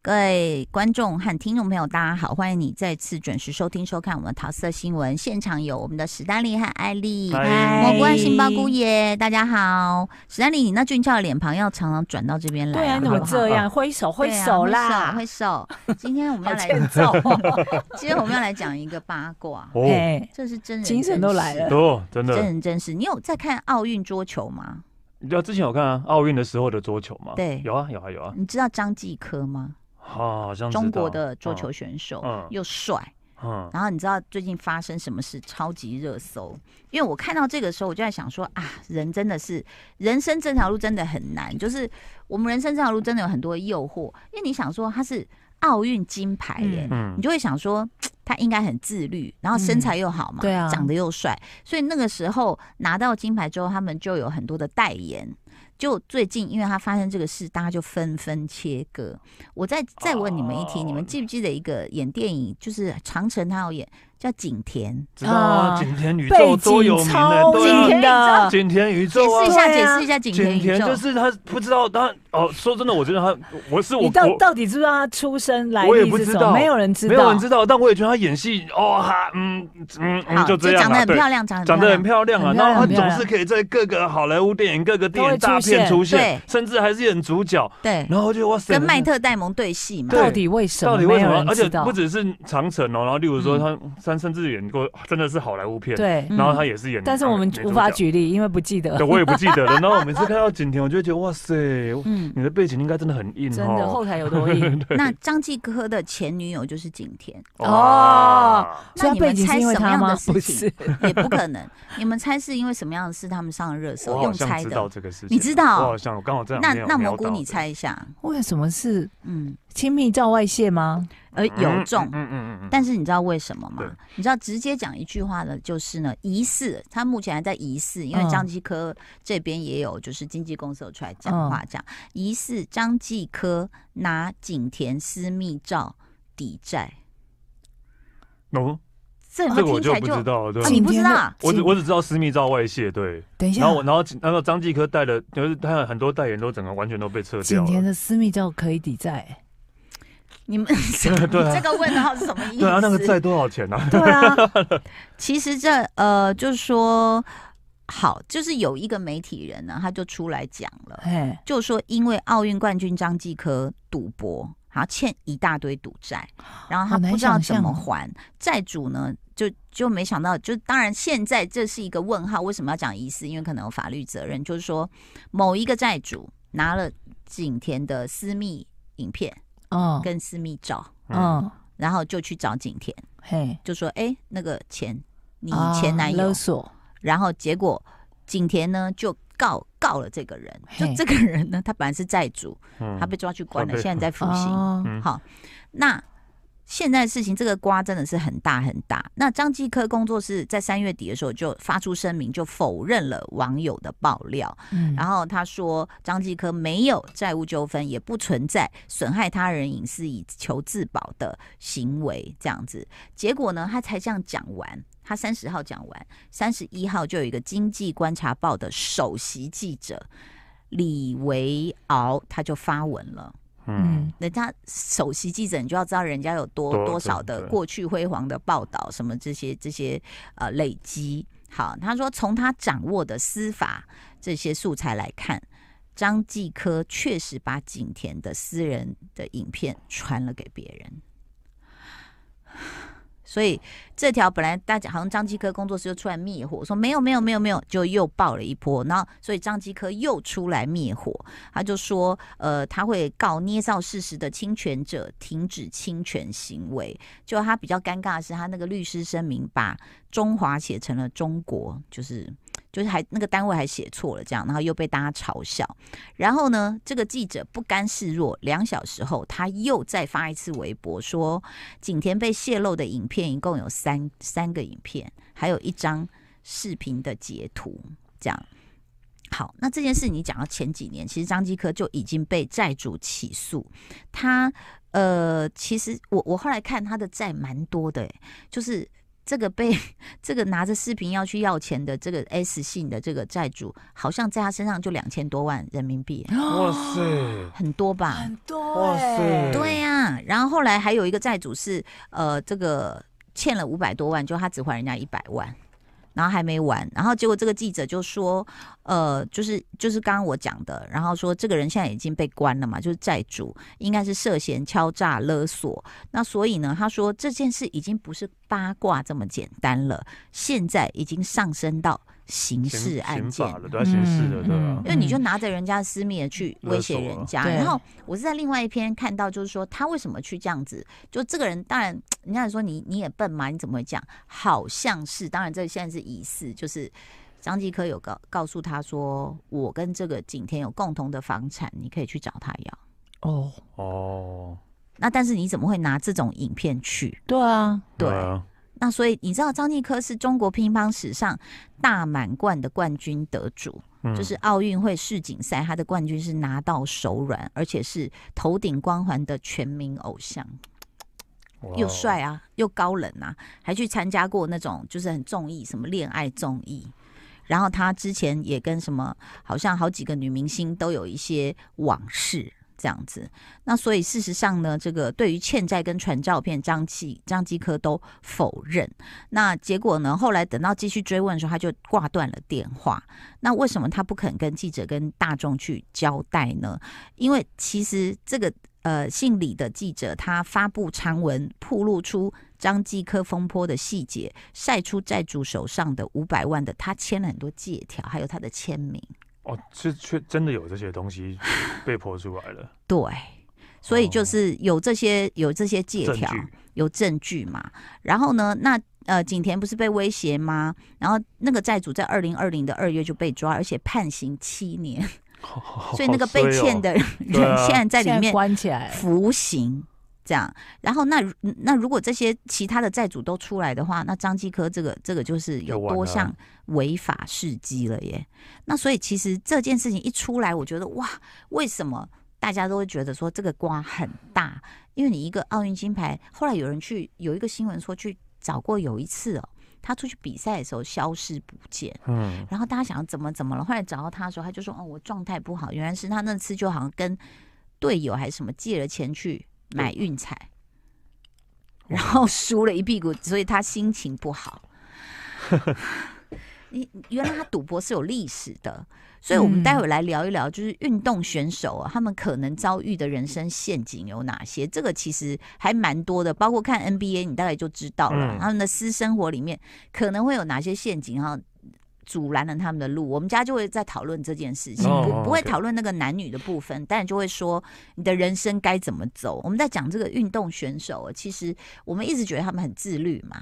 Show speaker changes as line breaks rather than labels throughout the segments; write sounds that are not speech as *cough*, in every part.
各位观众和听众朋友，大家好，欢迎你再次准时收听收看我们桃色新闻。现场有我们的史丹利和艾丽，
嗨
蘑菇和杏鲍菇耶，大家好。史丹利，你那俊俏的脸庞要常常转到这边来、
对啊，
好
你
不
怎么
好
这？样？挥手，挥
对啊
手啦！
挥手，挥手。今天我们
好
要
*laughs*
来，
欠揍哦！
*laughs* 今天我们要来讲一个八
*laughs*
卦，
哦，
哎，
这是真人
精神都来了
真事
哦，真
真
的，
人真事。你有在看奥运桌球吗？
你知道之前有看啊，奥运的时候的桌球嘛，
对
有啊，有啊，有啊，
你知道张继科吗？
好，好像知道
中国的桌球，选手，
嗯
又帅。
嗯，
然后你知道最近发生什么事？超级热搜。因为我看到这个时候，我就在想说啊，人真的是人生这条路真的很难，就是我们人生这条路真的有很多诱惑。因为你想说他是奥运金牌耶，
嗯
嗯
你，就会想说嘖他应该很自律，然后身材又好嘛，
嗯对啊
长得又帅，所以那个时候拿到金牌之后，他们就有很多的代言。就最近，因为他发生这个事，大家就纷纷切割。我再再问你们一题，
哦
你们记不记得一个演电影，就是长城他有演叫景甜，
知道啊，
啊
景甜宇
背
宙
景
多有名
超
的，对
明
啊，
的，
景甜宇
解
宙啊
释一，下，
对
解
啊
释一下景
景
甜宇
甜
宙，
就是他不知道他哦，说真的，我觉得他，我是我
你到
我。
到底知不知道他出生来
我也
历
不
是
知
什
道
么？没有人知
没
道，
有人知道，但我也觉得他演戏哦哈，嗯嗯
好，
嗯，就这样
长得
啊，
很
对，
漂亮，长得
长
很
得
漂
很
亮。
漂亮啊，
很漂
然
亮
后他
很漂
总
亮
是可以在各个好莱坞电影、各个电
都
影
会
大
出现
片出现
对，
甚至还是演主角，
对，
然后就哇塞，
跟麦特戴蒙对戏嘛，
对
到底为什么？
到底为什
没有
么
人？
而且
知道
不只是长城哦，然后例如
嗯
说他三甚至演过，真的是好莱坞片，，
对，
然后他也是演，
但是我们
女主角
无法，
*laughs*
举例，因为不记得
对，。我也不记
*laughs*
得了。然后我每次看到景甜，我就会觉得哇塞， *laughs*
嗯，
你的背景应该真的很硬
真
*laughs*
的
哦，
后台有多硬？
那张继科的前女友就是景甜，
哇，
所
那
以他
你
背
们
景
猜
是因为
什么
他
样
吗
的？事
不
情
是，
也不可能。你们猜是因为什么样的事他们上了热
我
搜？
好
用
像
猜
知道
的。
这个事情，
你知道
我好像我刚好这样。
那那蘑菇，你猜一下？
为什么是
嗯，
亲密照外泄吗？
呃，有中。
嗯嗯嗯，
但是你知道为什么吗
对？
你知道直接讲一句话的，就是呢，疑似他目前还在疑似，因为
嗯
张继科这边也有，就是经纪公司有出来讲话，这样、疑似张继科拿景甜私密照抵债，
哦，
这你
这
们
个
听
我
起
就
来
不
就
知道了，对
啊，。你不知道啊？
我只
景
我只知道私密照外泄，对，
等一下
然，后我然后然后张继科带的，就是他有很多代言都整个完全都被撤掉
景甜
了，
的私密照可以抵债。
你们 *laughs* 这
对啊
个问号是什么意思？
对啊，那个债多少钱啊？
对啊，
*laughs*
其实这呃，就是说，好，就是有一个媒体人呢，他就出来讲了，
哎，
就说因为奥运冠军张继科赌博，然后欠一大堆赌
*gasps*
债，然后他
好难
不知道
想
怎么
象哦
还，债主呢就就没想到，就当然现在这是一个问号，为什么要讲疑似？因为可能有法律责任，就是说某一个债主拿了景甜的私密影片
哦，
跟私密照，
嗯，
嗯，
然后就去找景甜。
嘿，
就说：“哎、那个钱，你
啊
前男友。
勒索，
然后结果景甜呢就告告了这个人，就
嘿
这个人呢，他本来是债主，
嗯
他被抓去关了，
他被
现在在服刑。
哦，
嗯
好，那现在事情这个瓜真的是很大很大。那张继科工作室在三月底的时候就发出声明，就否认了网友的爆料。
嗯
然后他说，张继科没有债务纠纷，也不存在损害他人隐私以求自保的行为，这样子。结果呢，他才这样讲完，他三十号讲完，三十一号就有一个《经济观察报》的首席记者李维敖，他就发文了。
嗯，
人家首席记者，你就要知道人家有多
多
多少的
对对
过去辉煌的报道，什么这些这些呃累积。好，他说从他掌握的司法这些素材来看，张继科确实把景甜的私人的影片传了给别人。所以这条本来大家好像张继科工作室就出来灭火，说没有没有没有没有，就又爆了一波。然后所以张继科又出来灭火，他就说，呃，他会告捏造事实的侵权者停止侵权行为。就他比较尴尬的是，他那个律师声明把中华写成了中国，就是就是还那个单位还写错了这样，然后又被大家嘲笑。然后呢，这个记者不甘示弱，两小时后他又再发一次微博说，景甜被泄露的影片一共有三三个影片，还有一张视频的截图，这样。好，那这件事你讲到前几年，其实张继科就已经被债主起诉，他呃，其实我我后来看他的债蛮多的、欸，就是这个被这个拿着视频要去要钱的这个 S 姓的这个债主，好像在他身上就两千多万人民币，
哇塞，
很多吧？
哦很多
嗯
欸
哇塞
对呀、然后后来还有一个债主是呃，这个欠了五百多万，就他只还人家一百万。然后还没完，然后结果这个记者就说，呃，就是就是刚刚我讲的，然后说这个人现在已经被关了嘛，就是债主应该是涉嫌敲诈勒索，那所以呢，他说这件事已经不是八卦这么简单了，现在已经上升到刑
刑
事案
刑
件
法了，对啊，刑事的，对啊
嗯
因为你就拿着人家的私密的去威胁人家。
勒索啊对
然后我是在另外一篇看到，就是说他为什么去这样子？就这个人，当然人家说你你也笨嘛，你怎么会这样？好像是，当然这现在是疑似，就是。张继科有告告诉他说，我跟这个景天有共同的房产，你可以去找他要。
哦，
哦，
那但是你怎么会拿这种影片去？
对啊，
对，
啊，
那所以你知道张继科是中国乒乓史上大满贯的冠军得主，
嗯
就是奥运会世锦赛，他的冠军是拿到手软，而且是头顶光环的全民偶像，
哦
又，帅啊，又高冷啊，还去参加过那种就是很综艺，什么恋爱综艺。然后他之前也跟什么，好像好几个女明星都有一些往事这样子。那所以事实上呢，这个对于欠债跟传照片，张继张继科都否认。那结果呢，后来等到继续追问的时候，他就挂断了电话。那为什么他不肯跟记者跟大众去交代呢？因为其实这个呃姓李的记者他发布长文，曝露出张继科风波的细节，晒出债主手上的五百万的他签了很多借条，还有他的签名。
哇哦，这却真的有这些
*laughs*
东西被剖出来了，
对，所以就
哦
是有这些有这些借
证
条，
据，
有证据嘛。然后呢，那呃，景田不是被威胁吗？然后那个债主在二零二零的二月就被抓，而且判刑七年，所以那个被欠的
哦对
人
啊
现在在
现
里面
关起来，
服刑。这样，然后那那如果这些其他的债主都出来的话，那张继科这个这个就是有
就完
多
了
项违法事迹了耶。那所以其实这件事情一出来，我觉得哇，为什么大家都会觉得说这个瓜很大？因为你一个奥运金牌，后来有人去有一个新闻说去找过有一次哦，他出去比赛的时候消失不见。
嗯，
然后大家想怎么怎么了，后来找到他的时候，他就说：“哦，我状态不好。”原来是他那次就好像跟队友还是什么借了钱去买运彩，然后输了一屁股，所以他心情不好。
*laughs*
你原来他赌博是有历史的，所以我们
嗯
待会来聊一聊，就是运动选手啊，他们可能遭遇的人生陷阱有哪些？这个其实还蛮多的，包括看 NBA，你大概就知道了，
嗯
他们的私生活里面可能会有哪些陷阱哈。阻拦了他们的路，我们家就会在讨论这件事情，
哦
不不会
OK
讨论那个男女的部分，但就会说你的人生该怎么走。我们在讲这个运动选手，其实我们一直觉得他们很自律嘛，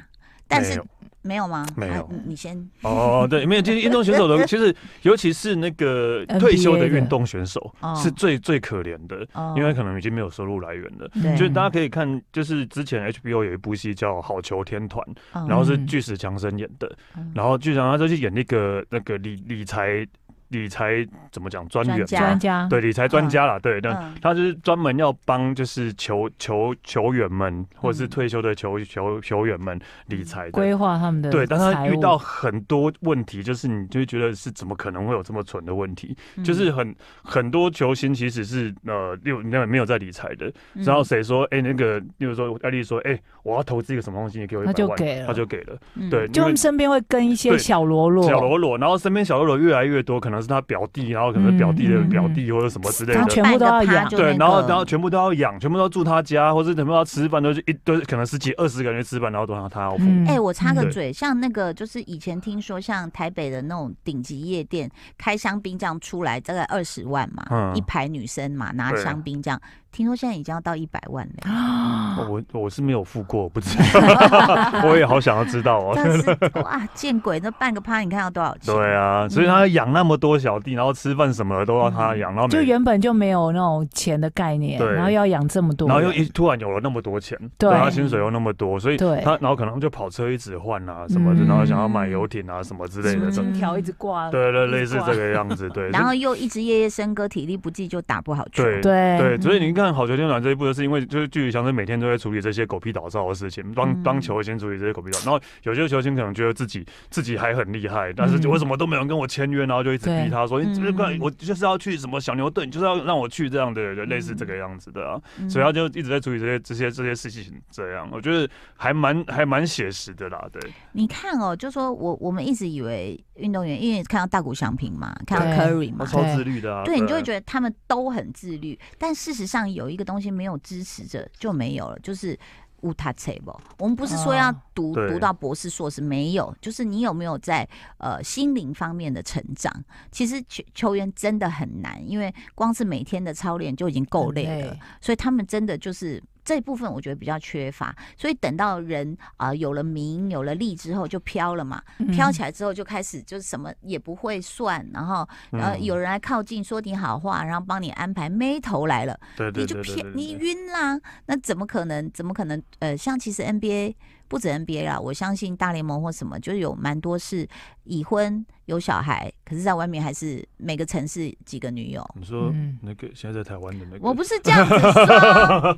但
没
是
有
没有吗？
没有
啊你你先
哦，对，没有，其实运动选手
*laughs*
的，其实尤其是那个
NBA
退休的
的
运动选手
哦，
是最最可怜的，
哦
因为可能已经没有收入来源了。
嗯
对嗯
就是大家可以看，就是之前 HBO 有一部戏叫《好球天团》，
嗯
然后是巨石强森演的，
嗯
然后巨石强森就去演那个那个理理财理财怎么讲专员
专家
吧
专家，
对理财专家啦，对，那
嗯
他就是专门要帮就是球球球员们或者是
嗯
退休的球球球员们理财的。
规划他们的
对，但他
财务
遇到很多问题，就是你就会觉得是怎么可能会有这么蠢的问题？
嗯
就是很很多球星其实是呃，六那没有在理财的，
嗯
然后谁说哎、那个，例如说艾丽说哎、我要投资一个什么东西，你给我一
他
百
就
万，
给了
他就给了，
嗯
对，
就
因
他
为
们身边会跟一些
对
小喽啰，
小喽啰，然后身边小喽啰越来越多，可能是他表弟，然后可能是表弟的
嗯嗯嗯
表弟或者什么之类
然
的
后。全部都要养
就那
对，
个
然后然后全部都要养，全部都要住他家，或者全部都要吃饭，都是一堆可能十几二十个人去吃饭，然后都让他要付。
嗯
哎、我插个
对
嘴，像那个就是以前听说，像台北的那种顶级夜店，开香槟这样出来大概二十万嘛，
嗯
一排女生嘛拿
对
香槟这样，听说现在已经要到一百万了。
啊，
我我是没有付过，我不知
*laughs*
道，我也好想要知道哦。 *laughs*
但是哇，见鬼！那半个趴你看要多少钱？
对啊，所以他养那么多小弟，然后吃饭什么的都要他养，然后
嗯就
每
原本就没有那种钱的概念，
对
然后要养这么多
然
人，
后又一突然有了那么多钱，
对
他薪水又那么多，所以
对
他然后可能就跑车一直换啊什么的，
嗯
然后想要买游艇啊什么之类
什么
的，这
金条一直
呃
挂，
对对
一直
啊
类似
挂
*laughs*
这个样子，对。
然后又一直夜夜笙歌，体力不济就打不好球。
对
对
嗯
对，所以你看，看《好球天团》这一部，就是因为就是巨石强森每天都在处理这些狗屁倒灶的事情，帮
嗯
帮球星处理这些狗屁倒。然后有些球星可能觉得自己自己还很厉害，但是就为什么都没有人跟我签约，然后就一直逼他说：“
嗯对
你这个
嗯
我就是要去什么小牛顿，你就是要让我去这样的，类似这个样子的啊。”
嗯
所以他就一直在处理这些这些这些事情，这样我觉得还蛮还蛮写实的啦，对。
你看哦，就说我我们一直以为运动员，因为看到大谷翔平嘛，看到
对
Curry
他
嘛，
超自律的啊，
嗯对你就会觉得他们都很自律，但事实上有一个东西没有支持着就没有了，就是。无他 table，我们不是说要
哦
读、
对
读到博士、硕士，没有，就是你有没有在呃心灵方面的成长？其实球球员真的很难，因为光是每天的操练就已经够累了，所以他们真的就是这部分，我觉得比较缺乏。所以等到人啊、有了名、有了利之后，就飘了嘛，
很累，
飘起来之后就开始就是什么也不会算，然后呃
嗯
有人来靠近说你好话，然后帮你安排，妹头来了，
对
你
对
就
对对
偏
对
你
对，
晕啦，那怎么可能？怎么可能？呃，像其实 NBA 不止 NBA 啦，我相信大联盟或什么，就是有蛮多是已婚有小孩，可是在外面还是每个城市几个女友。
你说
嗯
那个现在在台湾的那个，
我不是这样子说，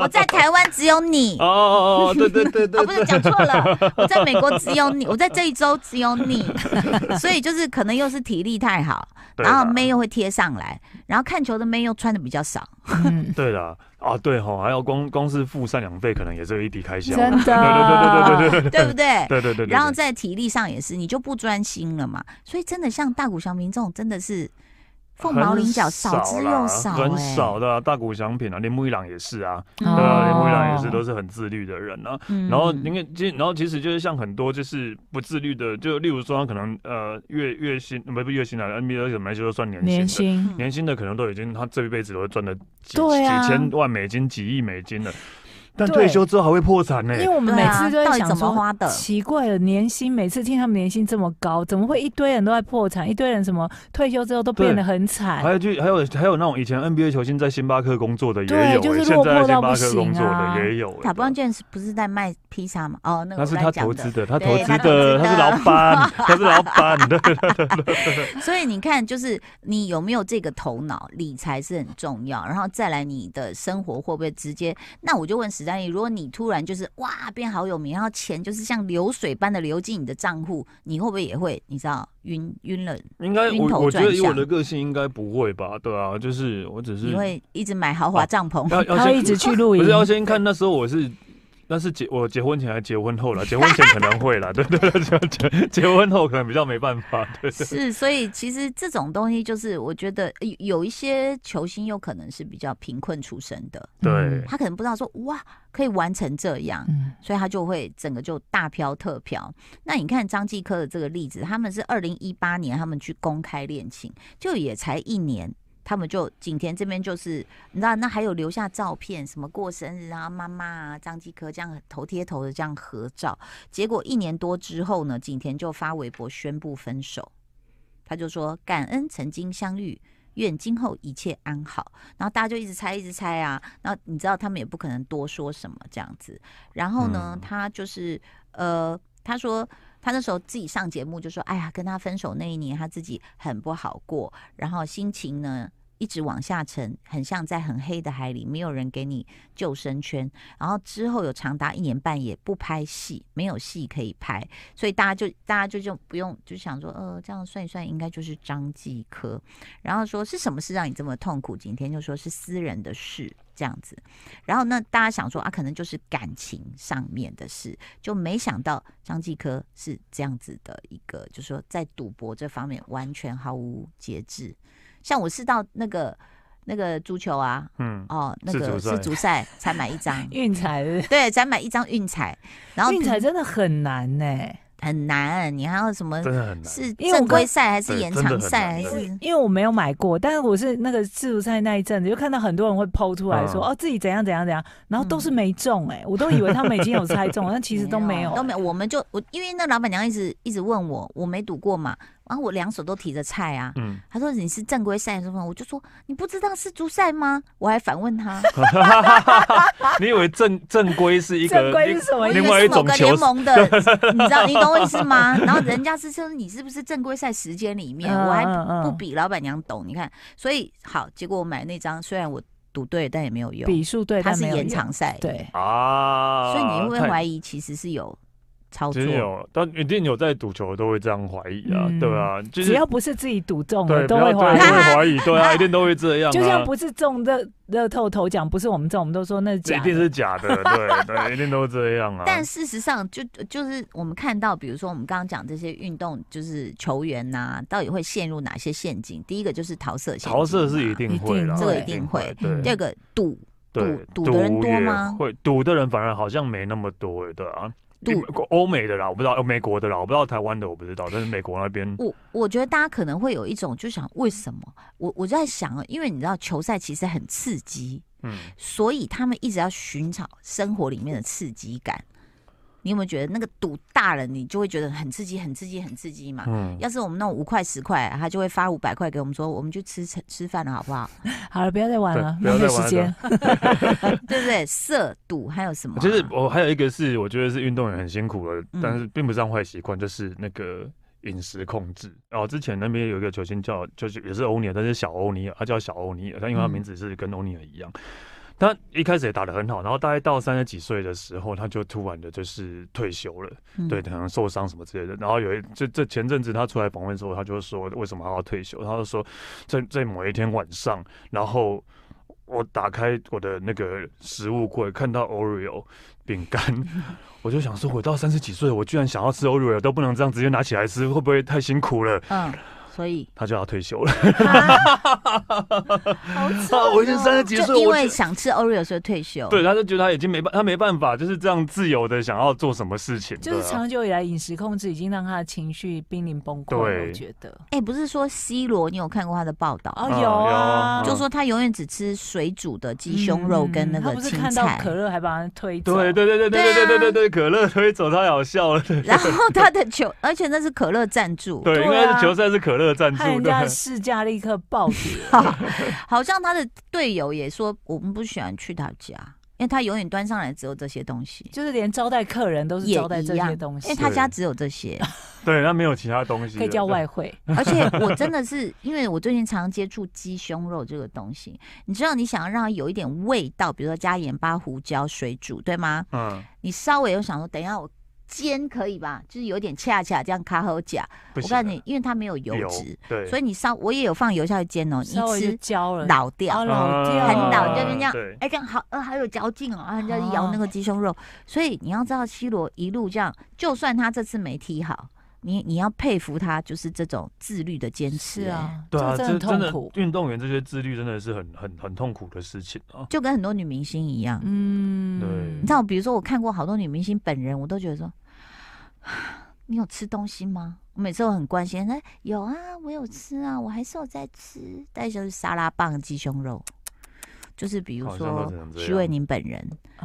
我在台湾只有你
*laughs* 哦。哦哦，对对对
啊，
对
不是讲错了，我在美国只有
*laughs*
你，我在这一周只有你， *laughs* 所以就是可能又是体力太好，
对
然后
啦
妹又会贴上来，然后看球的妹又穿的比较
*laughs*
少，
嗯，
对啦，啊对吼，还有光光是付赡养费，可能也是一笔开销。
真的，对对对对对
对不对？
对对对对对，
然后在体力上也是，你就不专心了嘛。所以真的像大谷翔平这种，真的是凤毛麟角，
很
少之又
啦
少、欸，
很少的啊。大谷翔平啊，铃木一朗也是啊，
嗯。
对啊，铃木一朗也
哦
是都是很自律的人啊。
嗯
然后因为其然后其实就是像很多就是不自律的，就例如说他可能呃月月薪不不月薪啊，NBA 什么就算年薪的
年薪
年薪的可能都已经他这一辈子都赚了几、
嗯对啊
几千万美金、几亿美金了，但
对
退休之后还会破产呢、
因为我们
对
每
啊
次都
到底
在想
怎么
说，
花的？
奇怪了，年薪每次听他们年薪这么高，怎么会一堆人都在破产？一堆人什么退休之后都变得很
还
惨，
有就还有还有那种以前 NBA 球星在星巴克工作的也有、
对
欸，
就是
现
落
在在
魄
星
到
巴
不
克工作
行啊
的也有、欸。
塔布朗卷不是在卖披萨吗？哦，那个
那
我
是
乱
他
讲
投
的
资的，他
对
投
他
资
投资
的，他是
的
老板，
*laughs*
他是老板的。
所以你看，就是你有没有这个头脑，理财是很重要。然后再来，你的生活会不会直接？那我就问史丹利，如果你突然就是哇变好有名，然后钱就是像流水般的流进你的账户，你会不会也会你知道晕晕了？
应该
晕头
我我觉得
转
以我
向
的个性应该不会吧？对啊，就是我只是
你会一直买豪华帐
*laughs*
篷？
要要
他会一
先
直去露
不
营
是，要先看那时候我是。那是结我结婚前还结婚后了，结婚前可能会 *laughs* 了，对对对，结结结婚后可能比较没办法，对对
是，所以其实这种东西就是，我觉得有有一些球星有可能是比较贫困出身的，
对
他可能不知道说哇可以玩成这样，
嗯，，
所以他就会整个就大飘特飘。那你看张继科的这个例子，他们是二零一八年他们去公开恋情，就也才一年。他们就景甜这边就是，你知道，那还有留下照片，什么过生日啊，妈妈啊，张继科这样头贴头的这样合照。结果一年多之后呢，景甜就发微博宣布分手，他就说感恩曾经相遇，愿今后一切安好。然后大家就一直猜，一直猜啊。然后你知道他们也不可能多说什么这样子。然后呢，
嗯
他就是呃，他说他那时候自己上节目就说，哎呀，跟他分手那一年他自己很不好过，然后心情呢。一直往下沉，很像在很黑的海里，没有人给你救生圈。然后之后有长达一年半也不拍戏，没有戏可以拍，所以大家就大家就就不用就想说，呃，这样算一算应该就是张继科。然后说是什么事让你这么痛苦？景天就说是私人的事这样子。然后呢，大家想说啊，可能就是感情上面的事，就没想到张继科是这样子的一个，就是说在赌博这方面完全毫无节制。像我是到那个那个足球啊，
嗯，
哦，那
世
个
足赛
世足赛才买一张
*laughs*
运彩是不是
对，才买一张运彩，然后
运彩真的很难呢、
很难，你还要什么
嗯真的很难。
是
因为我
正
刚
规赛还是
对
延
真的
长
很
赛还
难
是？
因为我没有买过，但是我是那个自助赛那一阵子，就看到很多人会剖出来说、
嗯
哦自己怎样怎样怎样，然后都是没中哎、我都以为他们已经有猜中，但其实都没有、
*laughs* 都没有。我们就我因为那老板娘一直一直问我，我没赌过嘛，然后我两手都提着菜啊。
嗯，
她说你是正规赛什么？我就说你不知道是足赛吗？我还反问
*laughs*
她，
你以为正正规是一个
正规是什么
我
意
以
另
思？
外
为是
一
某
种
个
球
联盟
*laughs*
的，你知道你懂我意思吗？然后人家是说你是不是正规赛时间里面，我还
嗯嗯嗯
不比老板娘懂。你看，所以好，结果我买那张，虽然我赌对，但也没有用，
比数对，
它
但
是
没有
延
用
长赛，，
对。
啊，
所以你会
太
怀疑其实是有操作
其。实有，但一定有在赌球的都会这样怀疑啊，
嗯
对啊，就是
只要不是自己赌中
对
了，都
不要
会
对
怀疑
都。会怀疑，对
*laughs*
啊，一定都会这样、啊，
就像不是中乐乐透头奖，不是我们中，我们都说那是
这一
假的。
定是假的，对对，一定都这样啊。
*laughs*
但事实上就，就是我们看到，比如说我们刚刚讲这些运动，就是球员呐、到底会陷入哪些陷阱？第一个就是桃色陷阱嘛，
桃色是一定会啦，
一定
这个一定会
对
第二个赌，
对，
赌赌的人多
也
吗
会赌的人反而好像没那么多，对啊。
赌
因为欧美的啦，我不知道，呃美国的啦，我不知道台湾的，我不知道，但是美国那边
我我觉得大家可能会有一种就想，为什么？我我在想啊，因为你知道球赛其实很刺激，
嗯，
所以他们一直要寻找生活里面的刺激感。你有没有觉得那个赌大了，你就会觉得很刺激、很刺激、很刺激嘛？
嗯，
要是我们弄五块十块，他就会发五百块给我们说，我们去吃吃吃饭了，好不好？ *laughs*
好了，不要再玩了，
对
浪
不要
费
再玩
时间。
对不对？色赌还有什么啊、
就是我还有一个是，我觉得是运动员很辛苦了，
嗯
但是并不是让坏习惯，就是那个饮食控制。然后之前那边有一个球星叫，就是也是欧尼尔，但是小欧尼尔，他叫小欧尼尔，但因为他
嗯
名字是跟欧尼尔一样。他一开始也打得很好，然后大概到三十几岁的时候，他就突然的就是退休了，
嗯
对，可能受伤什么之类的。然后有一这这前阵子他出来访问的时候，他就说为什么他要退休？他就说在在某一天晚上，然后我打开我的那个食物柜，看到 Oreo 饼干，我就想说，我到三十几岁，我居然想要吃 Oreo 都不能这样直接拿起来吃，会不会太辛苦了？
嗯，所以
他就要退休了。
好惨
啊，我已经三十几岁，
就因
我
为
就
想吃 Oreo 所以退休。
对，他就觉得他已经没办，他没办法，就是这样自由的想要做什么事情。
*laughs* 就是
对啊
长久以来饮食控制已经让他的情绪濒临崩溃了，
对
我觉得。
哎、不是说 C 罗，你有看过他的报道？
哦，
嗯
有
有
啊，
嗯
就说他永远只吃水煮的鸡胸肉跟那
嗯他
个
不是
青
看到
菜，
可乐 *laughs* 还把他推走，
对对对对对对对对对对，可乐推走太好笑了。
*laughs* 然后他的球，而且那是可乐赞助，
对，
对
因为
啊
球赛是可乐赞助
害人
的
家的。市价立刻暴跌。
好像他的队友也说我们不喜欢去他家，因为他永远端上来只有这些东西，
就是连招待客人都是
也
招待这
一
些
样
东
因为
西，
他家只有这
*laughs*
些，
*laughs* 对，那没有其他东西了，
可以叫外汇。
*laughs* 嗯
而且我真的是因为我最近常接触鸡胸肉这个东西，你知道你想要让它有一点味道，比如说加盐巴、胡椒、水煮，对吗？
对。嗯，
你稍微有想说，等一下我煎可以吧？就是有点恰恰这样卡好夹。
不
我
行
告
了
诉你，
啊
因为它没有油脂，，
对，
所以
以
你稍我也有放油下去煎哦，你
稍微就
一
焦了，
吃老掉。
哦老掉，
很老就跟这样
嗯啊对，
哎，这样好，呃，还有嚼劲哦，啊，人家咬那个鸡胸肉，所以你要知道，西罗一路这样，就算他这次没踢好，你你要佩服他，就是这种自律的坚持，
是
哎，
啊，
对啊，
这
这
真的很
真
痛
的
苦。
运动员这些自律真的是很很很痛苦的事情啊。
就跟很多女明星一样，
嗯，
对
你知道，比如说我看过好多女明星本人，我都觉得说， *sighs* 你有吃东西吗？我每次都很关心，哎，有啊，我有吃啊，我还是有在吃，但就是沙拉棒、鸡胸肉，就是比如
好像都
说
只能这样
徐伟宁本人，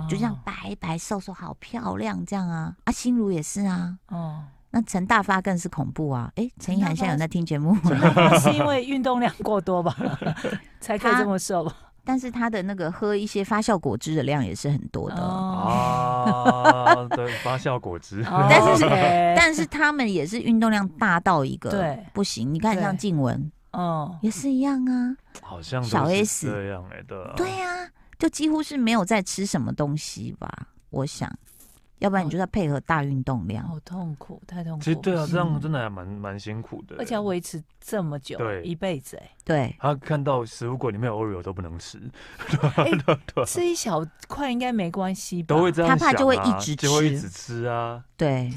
就这样
哦
白白瘦瘦，好漂亮这样啊，啊，心如也是啊。
哦，
那陈大发更是恐怖啊！哎，陈意涵现在有在听节目吗，
是啊因为运动量过多 *laughs* 吧，才可以这么瘦吧？
但是他的那个喝一些发酵果汁的量也是很多的。
哦，
哦
啊，
*laughs*
对，发酵果汁，
但是是
但
但是他们也是运动量大到一个
对
不行。你看
对
像静雯，
哦，
也是一样啊，
好像都
小
是
S
这样哎，
哦
对啊
对呀、啊，就几乎是没有在吃什么东西吧？我想，要不
哦
然你就在配合大运动量。
好痛苦，太痛苦。
其实对啊，这样
嗯
真的还蛮蛮辛苦的。欸
而且要维持这么久，
对
一辈
*laughs*
子哎，
对，
他看到食物柜里面有 Oreo 都不能吃，
啊
吃一小块应该没关系吧？
都会这样想啊，
他怕就会一直
就会一
吃
直吃啊，
对，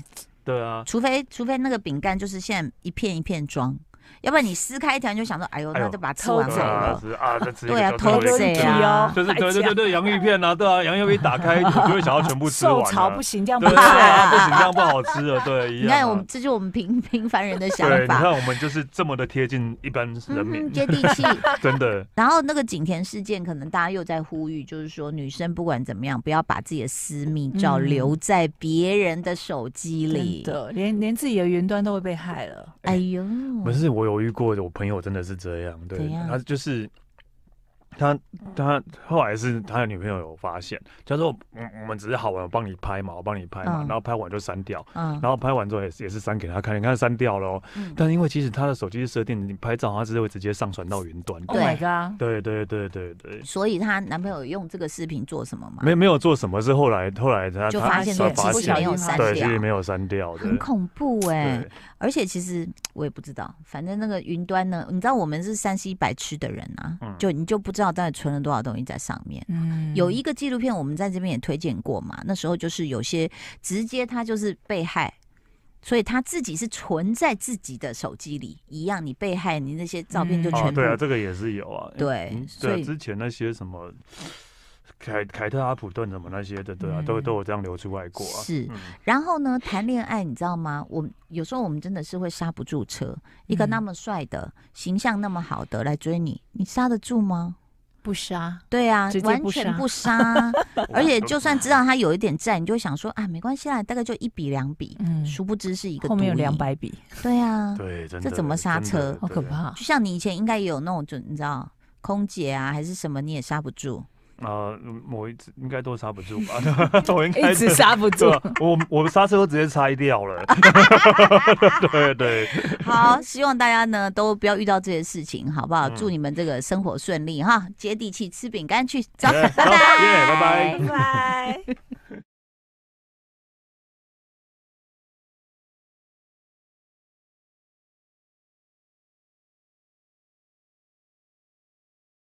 对啊，
除非除非那个饼干就是现在一片一片装，要不然你撕开一条你就想说，哎呦，
哎呦
那就把它吃完
偷
好
走
啊
了。
吃啊，再吃一个
对啊，
就
偷
最后一
谁
个
啊？
哦
就是对对对对，洋芋片啊，对啊，洋芋片一打开，我就会想要全部吃
受
完、
潮
啊
不。行，这样不
对
行
对。啊，不行，这样不好吃了，对，一
你
样、啊。
看，我们这就是我们平平凡人的想
对，你
法
看，我们就是这么的贴近一般人
嗯啊
民
哼，，接地气。
真的。
然后那个景田事件，可能大家又在呼吁，就是说女生不管怎么样，不要把自己的私密照
嗯
留在别人的手机
真
里。
的，连连自己的云端都会被害了。
哎呦，
不是我有遇过，我朋友真的是这样，对
怎，样
他就是他他后来是他的女朋友有发现，他说我我们只是好玩，我帮你拍嘛，我帮你拍嘛，
嗯
然后拍完就删掉，
嗯，
然后拍完之后也是也是删给他看，你看删掉了、哦，
嗯
但因为其实他的手机是设定，你拍照他是会直接上传到云端。
Oh my god！
对对对对对，
所以她男朋友用这个视频做什么吗？
没没有做什么，是后来后来他
就
他
发现
他
说
发
其实没
现
有删
对，其
掉，
实没有删掉的
很。恐怖哎、
对，
而且其实我也不知道，反正那个云端呢，你知道我们是山西白痴的人啊，
嗯
就你就不知道到底存了多少东西在上面。
嗯
有一个纪录片，我们在这边也推荐过嘛。那时候就是有些直接他就是被害，所以他自己是存在自己的手机里，一样你被害，你那些照片就
嗯
哦，
全部、
对啊，这个也是有啊。
对
嗯
所
对
以
啊，之前那些什么凯凯特阿普顿什么那些的，对啊，
嗯
都都有这样流出来过啊。
是。
嗯，
然后呢，谈恋爱你知道吗？我们有时候我们真的是会刹不住车，一个
嗯
那么帅的、形象那么好的来追你，你刹得住吗？
不杀，
对啊
直，接
完
不
全
杀
不啊杀，
我
*laughs*
而且就算知道他有一点债，你就会想说啊，没关系啦，大概就一笔两笔，
嗯
殊不知是一个
后面有
毒瘾
两，百笔，
对
*laughs*
啊，
*laughs* 对，真
这
的
怎么刹
真的
车
好可怕。
就像你以前应该也有那种，就你知道空姐啊还是什么，你也刹不
*laughs*
住，
啊！某一次应该都刹不住
*laughs*
吧？ *laughs* 我应该
一直刹不住
对，啊，我我刹车都直接拆掉
*laughs*
了。 *laughs* 对对，
好，希望大家呢都不要遇到这些事情，好不好？
嗯
祝你们这个生
哎
活顺利哈，接地气，吃饼干去，走，
耶
拜拜，
拜拜。
拜。